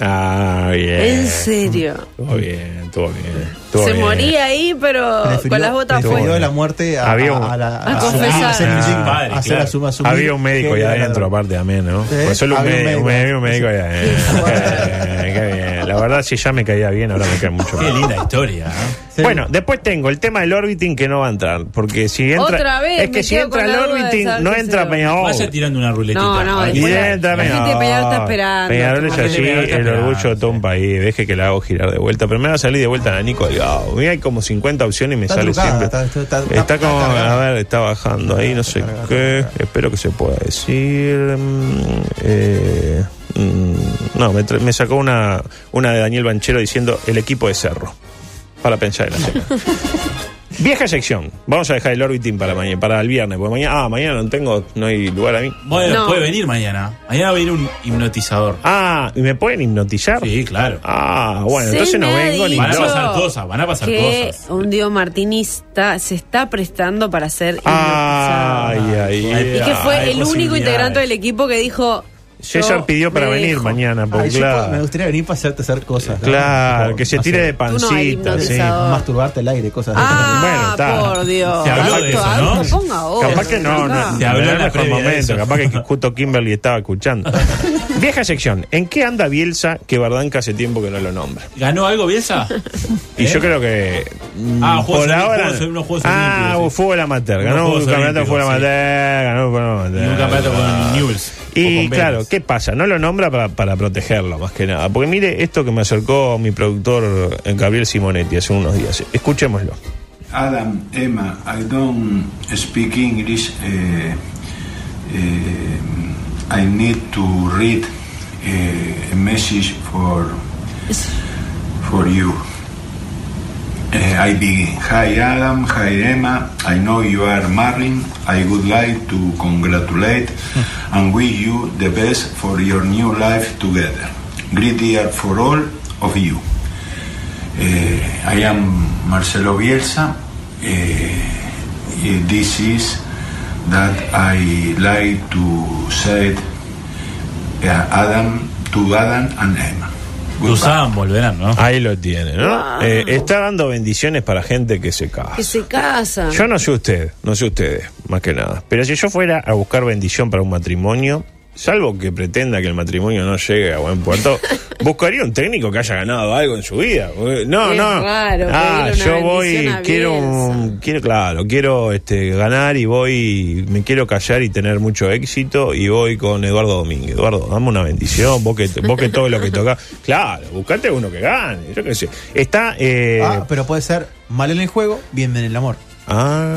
Speaker 1: Ah, bien.
Speaker 2: En serio.
Speaker 1: Estuvo bien, estuvo bien. estuvo
Speaker 2: Se
Speaker 1: bien.
Speaker 2: moría ahí, pero
Speaker 4: Prefirió-
Speaker 2: Oh, con las botas
Speaker 4: prefirió
Speaker 2: afuera.
Speaker 4: la muerte a,
Speaker 1: Había
Speaker 4: a-
Speaker 1: un-
Speaker 4: a la-
Speaker 2: A
Speaker 4: a-
Speaker 2: confesar.
Speaker 4: a hacer
Speaker 1: Ah,
Speaker 4: insig-
Speaker 3: padre,
Speaker 4: a hacer
Speaker 3: claro.
Speaker 4: asuma- asumir
Speaker 1: Había un médico
Speaker 4: que
Speaker 1: allá
Speaker 4: era
Speaker 1: adentro,
Speaker 4: ladrón.
Speaker 1: aparte también, ¿no?
Speaker 4: ¿Eh?
Speaker 1: Pues solo un,
Speaker 4: Había un
Speaker 1: médico,
Speaker 4: médico.
Speaker 1: había un médico allá adentro. Qué bien, qué bien. La verdad, si ya me caía bien, ahora me cae mucho
Speaker 3: Qué
Speaker 1: más.
Speaker 3: linda historia. ¿eh? ¿no?
Speaker 4: Sí.
Speaker 1: Bueno, después tengo el tema del orbiting que no va a entrar. Porque si entra.
Speaker 2: Otra vez,
Speaker 1: es
Speaker 2: me
Speaker 1: que si
Speaker 2: quedo
Speaker 1: entra
Speaker 2: con
Speaker 1: el
Speaker 2: la duda de
Speaker 1: orbiting,
Speaker 2: saber
Speaker 1: no
Speaker 2: qué
Speaker 1: entra
Speaker 2: será.
Speaker 1: Peñarol.
Speaker 3: Vaya tirando una ruletita.
Speaker 2: No, no,
Speaker 3: Aquí.
Speaker 1: Y
Speaker 2: después la-
Speaker 1: entra
Speaker 2: la gente de
Speaker 1: Peñarol.
Speaker 2: Peñarol está esperando.
Speaker 1: Peñarol es
Speaker 2: La
Speaker 3: gente de
Speaker 1: así,
Speaker 3: Peñarol está
Speaker 1: el
Speaker 3: esperando,
Speaker 1: orgullo de todo un país. Deje que la hago girar de vuelta. Primero salí de vuelta a Nico Delgado. Mira, hay como 50 opciones y me
Speaker 4: Está
Speaker 1: sale
Speaker 4: trucada,
Speaker 1: siempre.
Speaker 4: está- está- está- está
Speaker 1: como,
Speaker 4: cargada.
Speaker 1: a ver, está bajando ahí, no sé
Speaker 4: cargada,
Speaker 1: qué. Espero que se pueda decir. Mm, eh, mm, no, me, tra- me sacó una, una de Daniel Banchero diciendo el equipo de Cerro. Para pensar en la semana. Vieja sección. Vamos a dejar el orbiting para mañana, para el viernes. Porque mañana, ah, mañana no tengo, no hay lugar a mí.
Speaker 3: Bueno,
Speaker 2: No.
Speaker 3: puede venir mañana. Mañana va a venir un hipnotizador.
Speaker 1: Ah, ¿y me pueden hipnotizar?
Speaker 3: Sí, claro.
Speaker 1: Ah, bueno,
Speaker 2: Se
Speaker 1: entonces no
Speaker 2: me ha
Speaker 1: vengo ni
Speaker 2: dicho
Speaker 3: Van a
Speaker 1: loco.
Speaker 3: pasar cosas, van a pasar
Speaker 2: que
Speaker 3: cosas.
Speaker 2: un Diego Martinista se está prestando para ser
Speaker 1: Ay,
Speaker 2: hipnotizado.
Speaker 1: ay,
Speaker 3: Ay,
Speaker 2: Y
Speaker 1: ay.
Speaker 2: que fue
Speaker 3: Hay
Speaker 2: el único
Speaker 3: posibilidades.
Speaker 2: integrante del equipo que dijo.
Speaker 1: César
Speaker 2: yo
Speaker 1: pidió para
Speaker 2: me
Speaker 1: venir
Speaker 2: dejo.
Speaker 1: mañana, porque
Speaker 4: Ay, yo puedo- me
Speaker 1: claro,
Speaker 4: gustaría venir para hacerte hacer cosas. ¿no?
Speaker 1: claro,
Speaker 4: Tipo,
Speaker 1: que se
Speaker 4: no
Speaker 1: tire
Speaker 4: sé,
Speaker 1: de
Speaker 2: Tú no hay
Speaker 1: pancita, sí.
Speaker 2: hipnotizador.
Speaker 4: Masturbarte al aire, cosas
Speaker 2: Ah,
Speaker 1: Bueno, está.
Speaker 2: por Dios.
Speaker 3: Se habló
Speaker 2: Alto,
Speaker 3: de eso,
Speaker 2: alto,
Speaker 3: ¿no?
Speaker 2: ponga vos,
Speaker 1: Capaz que no,
Speaker 2: acá.
Speaker 1: no.
Speaker 3: Se habló
Speaker 1: no era
Speaker 3: en la
Speaker 1: mejor
Speaker 3: previa de
Speaker 1: momento,
Speaker 3: eso.
Speaker 1: capaz que justo Kimberly estaba escuchando. Vieja sección, ¿en qué anda Bielsa que Bardanca hace tiempo que no lo nombra?
Speaker 3: ¿Ganó algo Bielsa?
Speaker 1: Y yo creo que. mm,
Speaker 3: ¿Eh? Ah, Juegos Olímpicos, Juegos- unos Juegos
Speaker 1: ah,
Speaker 3: Olímpicos, sí.
Speaker 1: fútbol amateur.
Speaker 3: Unos
Speaker 1: Ganó un
Speaker 3: Juegos
Speaker 1: campeonato de fútbol
Speaker 3: Olímpicos,
Speaker 1: amateur.
Speaker 3: sí.
Speaker 1: Ganó un fútbol amateur.
Speaker 3: Y un campeonato con Newell's. o
Speaker 1: Y
Speaker 3: con
Speaker 1: claro,
Speaker 3: Vélez.
Speaker 1: ¿qué pasa? No lo nombra para, para protegerlo, más que nada. Porque mire esto que me acercó mi productor eh, Gabriel Simonetti hace unos días. Escuchémoslo.
Speaker 6: Adam, Emma, I don't speak English. eh, eh, I need to read eh, a message for for you. Eh, I begin. Hi Adam, hi Emma. I know you are married. I would like to congratulate and wish you the best for your new life together. Great year for all of you. Eh, I am Marcelo Bielsa. Eh, eh, this is that I like to say it, eh, Adam to Adam and Emma. Goodbye.
Speaker 3: Usaban, volverán, ¿no?
Speaker 1: Ahí lo tiene, ¿no? Eh, está dando bendiciones para gente que se casa.
Speaker 2: Que se casa.
Speaker 1: Yo no sé usted, no sé ustedes, más que nada. Pero si yo fuera a buscar bendición para un matrimonio, salvo que pretenda que el matrimonio no llegue a buen puerto, buscaría un técnico que haya ganado algo en su vida. Eh, No,
Speaker 2: Es
Speaker 1: no.
Speaker 2: raro
Speaker 1: ah,
Speaker 2: pedirle una
Speaker 1: yo voy,
Speaker 2: bendición a
Speaker 1: quiero un,
Speaker 2: Bielsa.
Speaker 1: quiero, claro, quiero este ganar y voy, me quiero callar y tener mucho éxito y voy con Eduardo Domínguez. Eduardo, dame una bendición, vos que, vos que todo lo que toca. Claro, buscate uno que gane, yo qué sé. Está eh,
Speaker 4: Ah, pero puede ser mal en el juego, bien en el amor.
Speaker 1: Ah,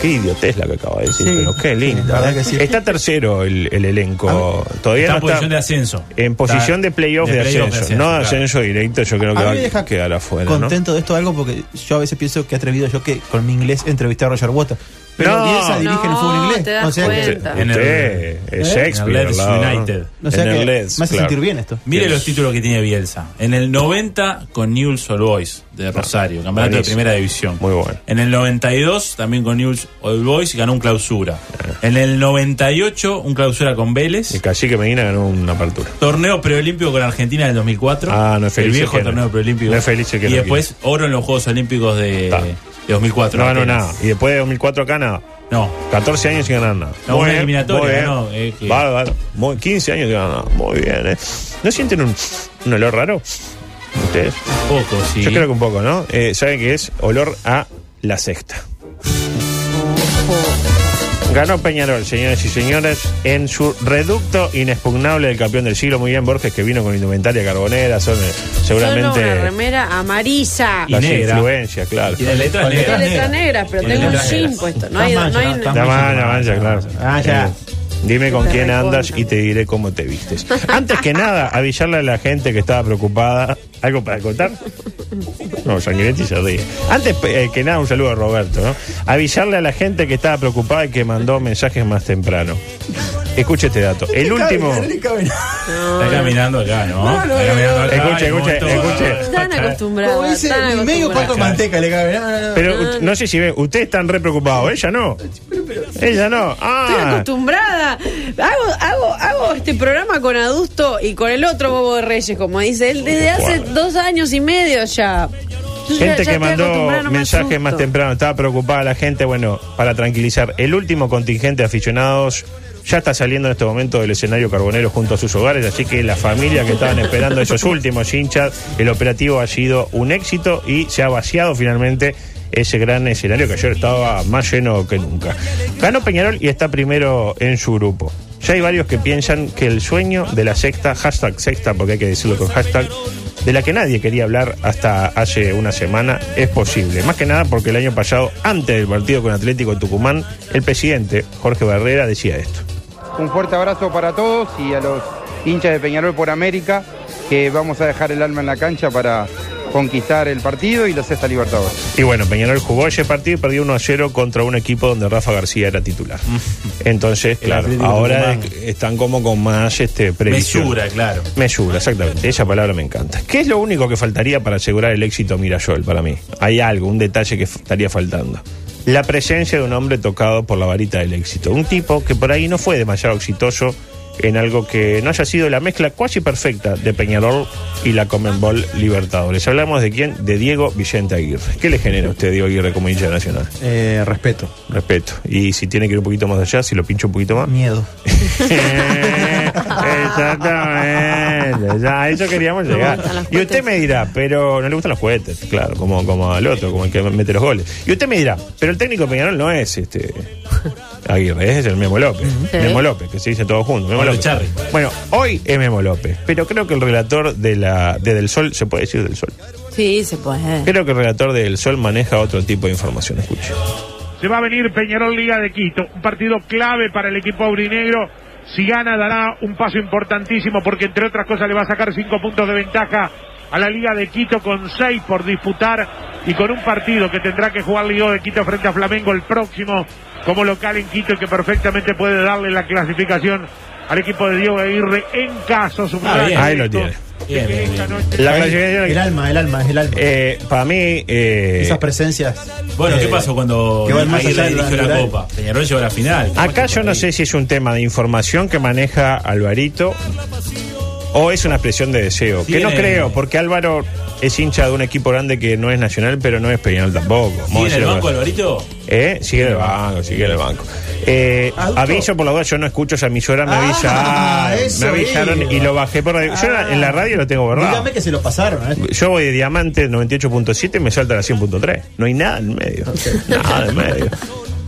Speaker 1: qué idiotez la que acaba de decir,
Speaker 4: Sí.
Speaker 1: pero qué
Speaker 4: Sí,
Speaker 1: lindo.
Speaker 4: la verdad
Speaker 1: ¿eh?
Speaker 4: que sí.
Speaker 1: Está tercero el, el elenco. Todavía
Speaker 3: Está
Speaker 1: no está
Speaker 3: en posición de ascenso.
Speaker 1: en posición de playoff de, ascenso, no de
Speaker 3: claro.
Speaker 1: ascenso directo. Yo creo que
Speaker 4: A
Speaker 1: va
Speaker 4: mí me
Speaker 1: a
Speaker 4: deja
Speaker 1: quedar afuera. ¿no?
Speaker 4: contento de esto algo porque yo a veces pienso que he atrevido yo que con mi inglés entrevisté a Roger Waters. Pero
Speaker 1: No.
Speaker 4: Bielsa dirige el
Speaker 2: No,
Speaker 4: fútbol inglés.
Speaker 2: te das
Speaker 4: o sea
Speaker 2: cuenta.
Speaker 4: que,
Speaker 3: En el-
Speaker 1: Usted, es
Speaker 4: ¿Eh?
Speaker 1: Shakespeare.
Speaker 3: En el Leeds
Speaker 1: al lado, ¿no?
Speaker 3: United.
Speaker 4: o sea
Speaker 1: En el
Speaker 4: que
Speaker 1: Leeds,
Speaker 4: me hace
Speaker 1: claro.
Speaker 4: sentir bien esto.
Speaker 3: Mire
Speaker 1: Yes.
Speaker 3: los títulos que tiene Bielsa. En el 90 con Newell's Old Boys de Rosario, campeonato
Speaker 1: Ah, buenísimo.
Speaker 3: de primera división.
Speaker 1: Muy bueno.
Speaker 3: En el 92 también con Newell's Old Boys ganó un clausura.
Speaker 1: Eh.
Speaker 3: En el 98 un clausura con Vélez.
Speaker 1: El cacique Medina ganó una apertura.
Speaker 3: Torneo preolímpico con Argentina en el 2004.
Speaker 1: Ah, no es feliz
Speaker 3: El
Speaker 1: que
Speaker 3: viejo
Speaker 1: no.
Speaker 3: torneo preolímpico.
Speaker 1: No es feliz que
Speaker 3: y
Speaker 1: no
Speaker 3: después oro en los Juegos Olímpicos de,
Speaker 1: Está.
Speaker 3: de 2004.
Speaker 1: No ganó
Speaker 3: Atenas.
Speaker 1: nada. Y después de 2004 acá nada.
Speaker 3: No.
Speaker 1: 14 años sin ganar nada.
Speaker 3: No, una
Speaker 1: bien,
Speaker 3: eliminatoria,
Speaker 1: muy bien.
Speaker 3: ¿no? Eh, que-
Speaker 1: Bárbaro. Muy- 15 años sin ganar nada. Muy bien, ¿eh? ¿No sienten un, un olor raro? ¿Ustedes?
Speaker 3: Poco, sí.
Speaker 1: Yo creo que un poco, ¿no? Eh, ¿Saben qué es? Olor a la sexta. Ganó Peñarol, señores y señores, en su reducto inexpugnable del campeón del siglo. Muy bien, Borges, que vino con indumentaria carbonera, son eh, seguramente
Speaker 2: Solo una remera amarilla.
Speaker 3: Y
Speaker 1: las
Speaker 3: negra.
Speaker 1: influencias, claro.
Speaker 3: Y las letras
Speaker 4: Tiene
Speaker 3: negras.
Speaker 2: Tiene letras negras, pero
Speaker 3: Tiene
Speaker 2: tengo un
Speaker 3: letras
Speaker 2: jean
Speaker 3: negras.
Speaker 2: puesto. No hay,
Speaker 4: Estás mancha,
Speaker 2: no hay,
Speaker 4: ¿no? Estás
Speaker 1: La
Speaker 4: mancha,
Speaker 1: mano,
Speaker 4: no,
Speaker 1: mancha, claro.
Speaker 4: Ah, ya.
Speaker 1: Eh, Dime con
Speaker 2: Te
Speaker 1: quién
Speaker 2: recontra.
Speaker 1: andas y te diré cómo te vistes. Antes que nada, avisarle a la gente que estaba preocupada. ¿Algo para contar? No, Sanguinetti se ríe. Antes eh, que nada, un saludo a Roberto, ¿no? Avisarle a la gente que estaba preocupada y que mandó mensajes más temprano. Escuche este dato. El último.
Speaker 3: Está caminando acá, ¿no?
Speaker 4: No, no,
Speaker 3: Está caminando acá.
Speaker 1: Escuche,
Speaker 3: como
Speaker 1: escuche,
Speaker 3: todo.
Speaker 1: escuche.
Speaker 2: Están acostumbrados.
Speaker 4: Como dice,
Speaker 2: están
Speaker 4: ni medio
Speaker 2: acostumbrados.
Speaker 4: pato de manteca le cabe. No, no, no.
Speaker 1: Pero ut- no sé si ve, ustedes están re preocupados, ella no. Ella no.
Speaker 2: Estoy
Speaker 1: Ah,
Speaker 2: acostumbrada. Hago, hago, hago este programa con Adusto y con el otro Bobo de Reyes, como dice él, desde hace dos años y medio ya. Yo ya- ya
Speaker 1: gente
Speaker 2: estoy
Speaker 1: que mandó
Speaker 2: acostumbrada, no me
Speaker 1: mensajes
Speaker 2: asusto.
Speaker 1: más temprano. Estaba preocupada la gente. Bueno, para tranquilizar, el último contingente de aficionados ya está saliendo en este momento del escenario carbonero junto a sus hogares. Así que la familia que estaban esperando esos últimos hinchas, el operativo ha sido un éxito y se ha vaciado finalmente. Ese gran escenario que ayer estaba más lleno que nunca. Ganó Peñarol y está primero en su grupo. Ya hay varios que piensan que el sueño de la sexta, hashtag sexta, porque hay que decirlo con hashtag, de la que nadie quería hablar hasta hace una semana, es posible. Más que nada porque el año pasado, antes del partido con Atlético Tucumán, el presidente, Jorge Barrera, decía esto.
Speaker 7: Un fuerte abrazo para todos y a los hinchas de Peñarol por América, que vamos a dejar el alma en la cancha para conquistar el partido y la Cesta Libertadores.
Speaker 1: Y bueno, Peñarol jugó ese partido y perdió 1 a 0 contra un equipo donde Rafa García era titular. Entonces,
Speaker 3: El
Speaker 1: claro,
Speaker 3: Atlético
Speaker 1: ahora
Speaker 3: Tucumán.
Speaker 1: es- están como con más este, previsión.
Speaker 3: Mesura, claro.
Speaker 1: Mesura, exactamente. Esa palabra me encanta. ¿Qué es lo único que faltaría para asegurar el éxito Mirayol para mí? Hay algo, un detalle que f- estaría faltando. La presencia de un hombre tocado por la varita del éxito. Un tipo que por ahí no fue demasiado exitoso en algo que no haya sido la mezcla cuasi perfecta de Peñarol y la Comenbol Libertadores. Hablamos de quién? De Diego Vicente Aguirre. ¿Qué le genera a usted, Diego Aguirre, como hincha nacional?
Speaker 4: Eh, respeto.
Speaker 1: Respeto. Y si tiene que ir un poquito más allá, si lo pincho un poquito más.
Speaker 4: Miedo.
Speaker 1: Exactamente. Ya, a eso queríamos llegar.
Speaker 2: gustan los
Speaker 1: Y usted
Speaker 2: cohetes.
Speaker 1: me dirá, pero no le gustan los cohetes, claro, como, como al otro, como el que mete los goles. Y usted me dirá, pero el técnico de Peñarol no es este. Aguirre, es el Memo López.
Speaker 2: Sí.
Speaker 1: Memo López, que se dice todos juntos. Memo
Speaker 3: Pablo
Speaker 1: López.
Speaker 3: Charri.
Speaker 1: Bueno, hoy es Memo López, pero creo que el relator de la de Del Sol, se puede decir Del Sol.
Speaker 2: Sí, se puede.
Speaker 1: Creo que el relator de Del Sol maneja otro tipo de información, escuche.
Speaker 8: Se va a venir Peñarol Liga de Quito, un partido clave para el equipo aurinegro. Si gana dará un paso importantísimo porque entre otras cosas le va a sacar cinco puntos de ventaja a la Liga de Quito con seis por disputar y con un partido que tendrá que jugar Liga de Quito frente a Flamengo el próximo como local en Quito y que perfectamente puede darle la clasificación al equipo de Diego Aguirre en caso
Speaker 3: Ah, bien.
Speaker 1: Ahí lo tiene.
Speaker 3: Bien, bien, bien.
Speaker 1: La
Speaker 4: El,
Speaker 1: clasificación-
Speaker 4: el alma, el alma, es el alma.
Speaker 1: Eh, para mí. eh,
Speaker 4: Esas presencias.
Speaker 3: Bueno, ¿qué
Speaker 4: eh,
Speaker 3: pasó cuando
Speaker 4: que van más allá
Speaker 3: Aguirre
Speaker 4: de lo
Speaker 3: dirigió la
Speaker 4: natural?
Speaker 3: Copa? Peñarol llegó a la final.
Speaker 1: Acá yo no sé si es un tema de información que maneja Alvarito o es una expresión de deseo. Que no
Speaker 3: Tiene-
Speaker 1: creo, porque Álvaro es hincha de un equipo grande que no es nacional, pero no es Peñarol tampoco. Vamos a
Speaker 3: ¿Sigue en el
Speaker 1: decirlo
Speaker 3: banco,
Speaker 1: así.
Speaker 3: Alvarito?
Speaker 1: ¿Eh? Sigue en el banco, sigue en el banco. Eh,
Speaker 4: Adulto.
Speaker 1: aviso por la duda, yo no escucho esa emisora, me
Speaker 4: Ah,
Speaker 1: avisa.
Speaker 4: eso
Speaker 1: me avisaron
Speaker 4: iba.
Speaker 1: y lo bajé por radio. Yo
Speaker 4: Ah.
Speaker 1: en la radio lo tengo borrado.
Speaker 4: Dígame que se lo pasaron, ¿eh?
Speaker 1: Yo voy de diamante 98.7 y me salta la 100.3. No hay nada en medio. Nada en medio.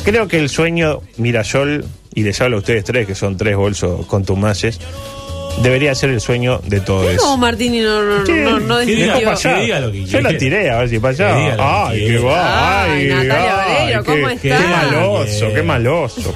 Speaker 1: Creo que el sueño Mirasol, y les hablo a ustedes tres, que son tres bolsos contumaces, debería ser el sueño de todos.
Speaker 2: Es como Martini no, no,
Speaker 1: ¿Qué?
Speaker 2: no, no
Speaker 3: ¿Qué dijo
Speaker 2: desmintió.
Speaker 3: pasar? Que diga lo que
Speaker 1: Yo la
Speaker 3: quiera.
Speaker 1: tiré a ver si
Speaker 3: Que diga
Speaker 1: pasaba.
Speaker 3: lo que
Speaker 1: Ay, qué
Speaker 3: quiera.
Speaker 1: va. Ay,
Speaker 2: Ay, Natalia
Speaker 1: ay,
Speaker 2: Oreiro, ¿cómo
Speaker 1: qué, qué
Speaker 2: está?
Speaker 1: maloso, qué maloso.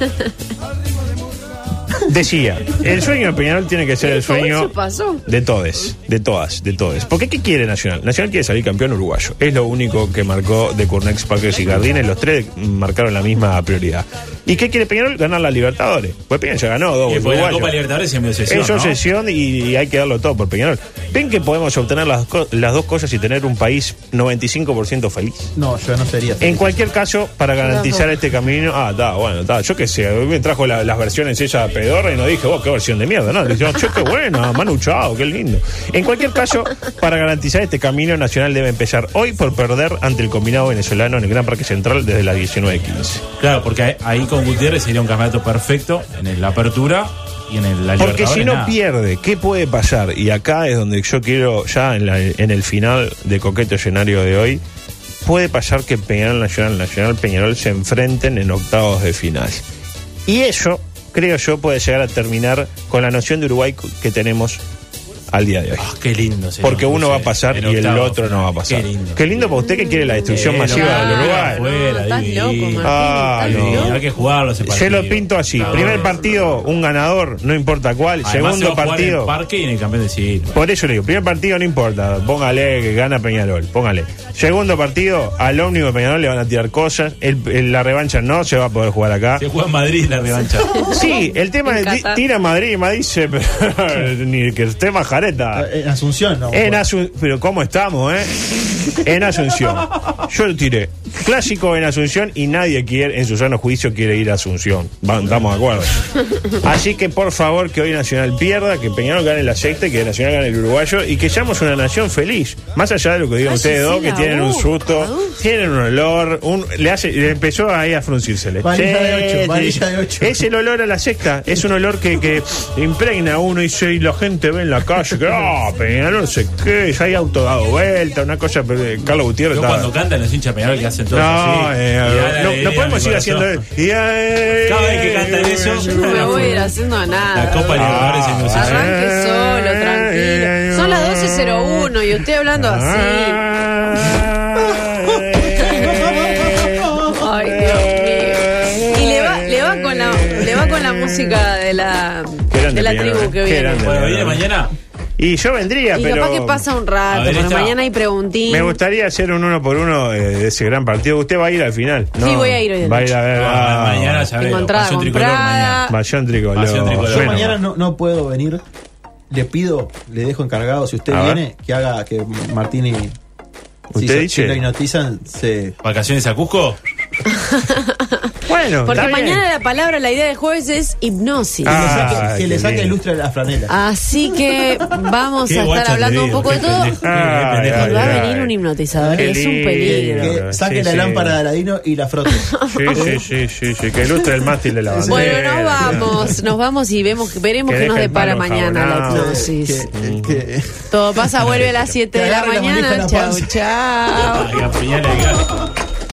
Speaker 1: Decía, el sueño de Peñarol tiene que ser el
Speaker 2: Eso,
Speaker 1: sueño
Speaker 2: eso pasó.
Speaker 1: de todes, de todas, de todes. Porque ¿qué quiere Nacional? Nacional quiere salir campeón uruguayo. Es lo único que marcó de Curnex, Packers y Jardines. Los tres marcaron la misma prioridad. ¿Y qué quiere Peñarol? Ganar la Libertadores. Pues Peñarol ya ganó dos.
Speaker 3: Que fue la
Speaker 1: uruguayos.
Speaker 3: Copa Libertadores en mi obsesión,
Speaker 1: Es
Speaker 3: ¿no?
Speaker 1: obsesión y, y hay que darlo todo por Peñarol. ¿Ven que podemos obtener las, co- las dos cosas y tener un país 95% feliz?
Speaker 4: No, yo no sería.
Speaker 1: En cualquier caso, para garantizar este camino. Ah, está, bueno, está. Yo qué sé, hoy me trajo la- las versiones esa pedorra y no dije, vos, qué versión de mierda, ¿no? Le dije, yo qué buena, Manu Chao, qué lindo. En cualquier caso, para garantizar este camino, Nacional debe empezar hoy por perder ante el combinado venezolano en el Gran Parque Central desde las 19.15.
Speaker 3: Claro, porque ahí- ahí con Gutiérrez sería un campeonato perfecto en el- la apertura y en el, la
Speaker 1: Porque
Speaker 3: Libertadores,
Speaker 1: si no
Speaker 3: nada.
Speaker 1: pierde, ¿qué puede pasar? Y acá es donde yo quiero, ya en, la- en el final de Coqueto Escenario de hoy, puede pasar que Peñarol Nacional, Nacional Peñarol se enfrenten en octavos de final. Y eso, creo yo, puede llegar a terminar con la noción de Uruguay cu- que tenemos al día de hoy.
Speaker 3: Ah, qué lindo. sería
Speaker 1: Porque
Speaker 3: un
Speaker 1: uno va a
Speaker 3: cruce
Speaker 1: pasar
Speaker 3: en
Speaker 1: y el
Speaker 3: octavo.
Speaker 1: otro no va a pasar.
Speaker 3: Qué lindo.
Speaker 1: para usted que quiere la destrucción
Speaker 3: Eh,
Speaker 1: masiva
Speaker 3: lo-
Speaker 1: del
Speaker 3: Ah,
Speaker 1: Uruguay.
Speaker 3: fuera,
Speaker 2: No, estás
Speaker 3: divino.
Speaker 2: loco, Martín,
Speaker 1: Ah,
Speaker 2: estás
Speaker 1: no.
Speaker 2: loco.
Speaker 3: Hay que jugarlo ese partido.
Speaker 1: Se lo pinto así.
Speaker 3: Claro.
Speaker 1: Primer partido, un ganador, no importa cuál.
Speaker 3: Además, se va
Speaker 1: Segundo
Speaker 3: a jugar En
Speaker 1: partido.
Speaker 3: el parque y en el campeón de siglo.
Speaker 1: Por eso le digo, primer partido no importa, póngale que gana Peñarol, póngale. Segundo partido, al ómnibus de Peñarol le van a tirar cosas, el- el- la revancha no se va a poder jugar acá.
Speaker 3: Se juega en Madrid la revancha.
Speaker 1: Sí, el tema
Speaker 2: En
Speaker 1: es, di-
Speaker 2: Qatar.
Speaker 1: tira Madrid y Madrid se... ni que esté más jareta.
Speaker 4: Eh, En Asunción, no.
Speaker 1: En
Speaker 4: Bueno.
Speaker 1: Asun- pero ¿cómo estamos, eh? En Asunción. Yo lo tiré. Clásico en Asunción y nadie quiere, en su sano juicio, quiere ir a Asunción. Va- Estamos de acuerdo. Así que por favor que hoy Nacional pierda, que Peñarol gane la sexta y que Nacional gane el uruguayo y que seamos una nación feliz. Más allá de lo que digan
Speaker 2: Ay,
Speaker 1: ustedes
Speaker 2: sí,
Speaker 1: dos,
Speaker 2: sí,
Speaker 1: que
Speaker 2: la
Speaker 1: tienen un
Speaker 2: boca,
Speaker 1: susto,
Speaker 2: uf.
Speaker 1: tienen un olor, un- le, hace, le empezó ahí a fruncírsele.
Speaker 4: Varilla
Speaker 1: Sí,
Speaker 4: de ocho,
Speaker 1: sí.
Speaker 4: varilla de ocho.
Speaker 1: Es el olor a la secta, es un olor que, que impregna a uno y, se- y la gente ve en la calle que, ah, Peñarol, no sé qué, ya hay auto dado vuelta, una cosa, pero, eh, Carlos Gutiérrez
Speaker 3: Yo
Speaker 1: estaba-
Speaker 3: cuando cantan los hinchas Peñarol que hacen todo
Speaker 1: No,
Speaker 3: así.
Speaker 1: eh,
Speaker 3: y da la
Speaker 1: no,
Speaker 3: alegría
Speaker 1: no
Speaker 3: a
Speaker 1: podemos ir
Speaker 3: mi corazón.
Speaker 1: haciendo... y, eh,
Speaker 3: Cada vez que cantan eso,
Speaker 2: Yo no me voy a ir haciendo nada.
Speaker 3: La Copa Libertadores en los "Eh,
Speaker 2: Arranque solo,
Speaker 1: eh,
Speaker 2: tranquilo. Son las 12.01 y usted hablando
Speaker 1: eh,
Speaker 2: así. Ay, Dios mío. Y le va, le va con la le va con la música de la,
Speaker 1: Qué grande,
Speaker 2: de la
Speaker 1: Peñarol,
Speaker 2: tribu que
Speaker 1: qué
Speaker 2: viene.
Speaker 1: grande.
Speaker 3: Bueno, viene mañana.
Speaker 1: Y yo vendría,
Speaker 2: Y
Speaker 1: pero...
Speaker 2: capaz que pasa un
Speaker 3: A
Speaker 2: rato,
Speaker 3: ver,
Speaker 2: pero
Speaker 3: esta-
Speaker 2: mañana hay preguntín.
Speaker 1: Me gustaría hacer un uno por uno eh, de ese gran partido. Usted va a ir al final. ¿no?
Speaker 2: Sí, voy a ir hoy de
Speaker 1: Va a
Speaker 2: noche.
Speaker 1: ir a ver.
Speaker 3: Ah,
Speaker 1: ah,
Speaker 3: mañana ya veo.
Speaker 2: Encontrada,
Speaker 3: Pasión tricolor
Speaker 2: comprada.
Speaker 3: mañana.
Speaker 1: Pasión tricolor.
Speaker 3: Pasión tricolor.
Speaker 4: Yo
Speaker 1: Bueno.
Speaker 4: mañana no, no puedo venir. Le pido, le dejo encargado, si usted
Speaker 1: A ver.
Speaker 4: viene, que haga que Martini. si,
Speaker 1: ¿Usted
Speaker 4: se-
Speaker 1: dice?
Speaker 4: si lo hipnotizan, se.
Speaker 3: ¿Vacaciones a Cusco?
Speaker 1: Bueno,
Speaker 2: Porque
Speaker 1: está bien.
Speaker 2: mañana la palabra, la idea del jueves es hipnosis.
Speaker 1: Ah.
Speaker 4: que le saque, que
Speaker 1: qué
Speaker 4: le saque
Speaker 1: lindo.
Speaker 4: el lustre a la franela.
Speaker 2: Ah, Así que vamos
Speaker 3: Qué
Speaker 2: a estar
Speaker 3: guacha
Speaker 2: hablando
Speaker 3: te
Speaker 2: un
Speaker 3: digo,
Speaker 2: poco de
Speaker 3: qué
Speaker 2: todo.
Speaker 3: pendejo,
Speaker 1: Ah,
Speaker 3: qué pendejo.
Speaker 2: Y va
Speaker 1: Ay,
Speaker 2: a
Speaker 1: ay.
Speaker 2: venir un hipnotizador,
Speaker 4: Qué
Speaker 2: es un
Speaker 1: lindo.
Speaker 2: peligro.
Speaker 4: que saque
Speaker 1: Sí,
Speaker 4: la
Speaker 1: sí.
Speaker 4: lámpara de Aladino y la frote.
Speaker 1: Sí, sí, sí, sí, sí, que ilustre el mástil de la bandera.
Speaker 2: Bueno, nos vamos, nos vamos y vemos, veremos
Speaker 1: Que
Speaker 2: qué nos
Speaker 1: deja el
Speaker 2: depara
Speaker 1: palo
Speaker 2: mañana la
Speaker 1: enjabonado.
Speaker 2: hipnosis.
Speaker 4: Que-
Speaker 1: Mm.
Speaker 4: que-
Speaker 2: Todo pasa, vuelve a las 7
Speaker 4: Que
Speaker 2: de la
Speaker 4: agarre la manija en
Speaker 2: mañana.
Speaker 4: la
Speaker 2: Chau,
Speaker 4: panza.
Speaker 2: chau.
Speaker 3: Ah, que apuñale, que-